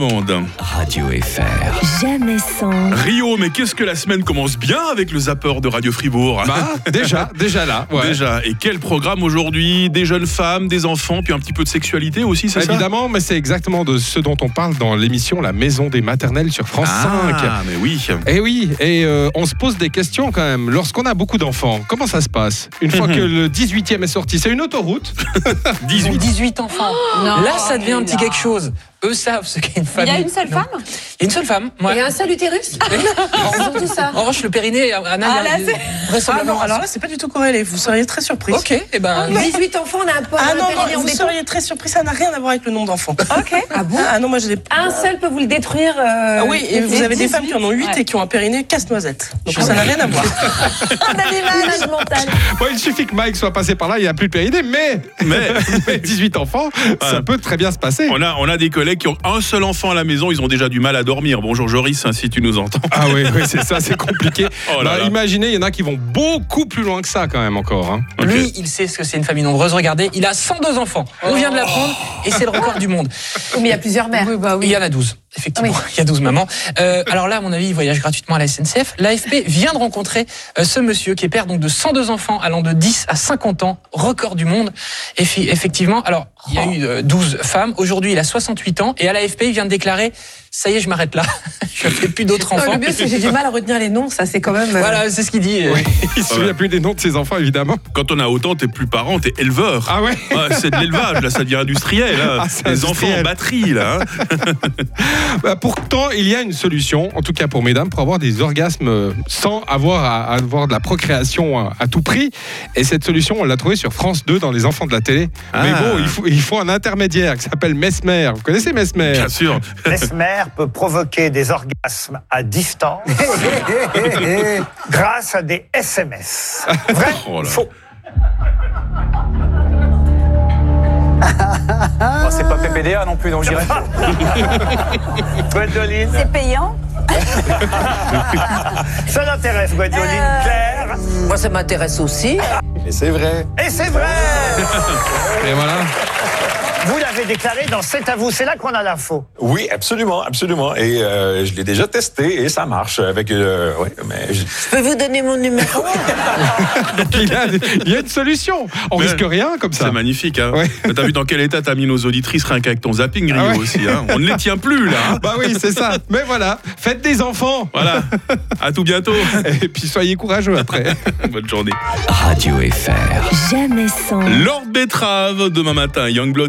Commande. Radio FR. Jamais sans. Rio, mais qu'est-ce que la semaine commence bien avec le zapper de Radio Fribourg Bah, déjà, déjà là. ouais. Déjà, et quel programme aujourd'hui Des jeunes femmes, des enfants, puis un petit peu de sexualité aussi, c'est ça Évidemment, mais c'est exactement de ce dont on parle dans l'émission La Maison des Maternelles sur France Ah, mais oui. 5. Et oui, et euh, on se pose des questions quand même. Lorsqu'on a beaucoup d'enfants, comment ça se passe Une fois Mhm. que le 18e est sorti, c'est une autoroute. 18 Ils ont 18 enfants. non, là, ça devient un mais petit non. quelque chose. Eux savent ce qu'est une Oh, Il y famille. a une seule Non. femme Il y a une seule femme. ouais. et un seul utérus C'est surtout ça. En revanche, le périnée, Anna, Ah, il y a là, des- Ah vraisemblablement. non, alors là, c'est pas du tout corrélé. Vous seriez très surprise. Ok, et Ah, ben. 18 enfants, on a un peu Ah un non, périnée, non, on vous est- seriez très surprise. Ça n'a rien à voir avec le nom d'enfant. Ok. Ah bon Ah non, moi j'ai des. Un seul peut vous le détruire. euh, Ah oui, et Ah, vous avez des femmes qui en ont 8 Ouais. et qui ont un périnée casse-noisette. Donc ça n'a rien à voir. On a des malades mentales. Bon, il suffit que Mike soit passé par là, il n'y a plus de périnée, mais, Mais- mais 18 enfants, ça Ouais. peut très bien se passer. On a, on a des collègues qui ont un seul enfant à la maison, ils ont déjà du mal à dormir. Bonjour Joris, hein, si tu nous entends. Ah oui, oui, c'est ça, c'est compliqué. Oh là Bah, là. Imaginez, il y en a qui vont beaucoup plus loin que ça quand même encore. hein. Ok. Lui, il sait ce que c'est une famille nombreuse. Regardez, il a 102 enfants. On vient de l'apprendre et c'est le record du monde. Oui, mais il y a plusieurs mères. Il y en a 12, effectivement. Oui. Il y a 12 mamans. Euh, alors là, à mon avis, il voyage gratuitement à la SNCF. L'AFP vient de rencontrer euh, ce monsieur qui est père donc de 102 enfants allant de 10 à 50 ans, record du monde. Et fi- effectivement, alors il y Oh. a eu euh, 12 femmes. Aujourd'hui, il a 68 ans et à l'AFP, il vient de déclarer "Ça y est, je m'arrête là. je fais plus d'autres Non, enfants." le mieux, c'est que j'ai du mal à retenir les noms, ça c'est quand même. euh, Voilà, c'est ce qu'il dit. Il se souvient plus des noms de ses enfants, évidemment. Quand on a autant, t'es plus parent, t'es éleveur. Ah ouais Ah, c'est de l'élevage, là ça devient industriel. hein. Ah, c'est les enfants industriel. en batterie, là. hein. Bah, pourtant, il y a une solution, en tout cas pour mesdames, pour avoir des orgasmes euh, sans avoir à à avoir de la procréation à, à tout prix. Et cette solution, on l'a trouvée sur France 2 dans Les Enfants de la télé. Ah. Mais bon, il faut, il faut un intermédiaire qui s'appelle Mesmer. Vous connaissez Mesmer Bien sûr. Mesmer peut provoquer des orgasmes à distance grâce à des SMS. Vrai Oh là. Faux Oh, C'est pas PPDA non plus, donc j'irai pas. Gwendoline C'est payant Ça l'intéresse, Gwendoline. Euh. Claire Moi, ça m'intéresse aussi. Et c'est vrai. Et c'est vrai Et voilà. Vous l'avez déclaré dans C'est à vous, c'est là qu'on a l'info. Oui, absolument, absolument. Et euh, je l'ai déjà testé et ça marche avec. euh, ouais, mais je- Je peux vous donner mon numéro Donc, il, y a, il y a une solution. On Mais- risque rien comme ça. C'est magnifique. Hein. Ouais. Mais T'as vu dans quel état t'as mis nos auditrices rien qu'avec ton zapping, Rio Ah ouais. aussi. hein. On ne les tient plus, là. hein. Bah oui, c'est ça. Mais voilà, faites des enfants. Voilà. À tout bientôt. Et puis soyez courageux après. Bonne journée. Radio FR. Jamais sans. Lord Betrave, demain matin, Youngblood.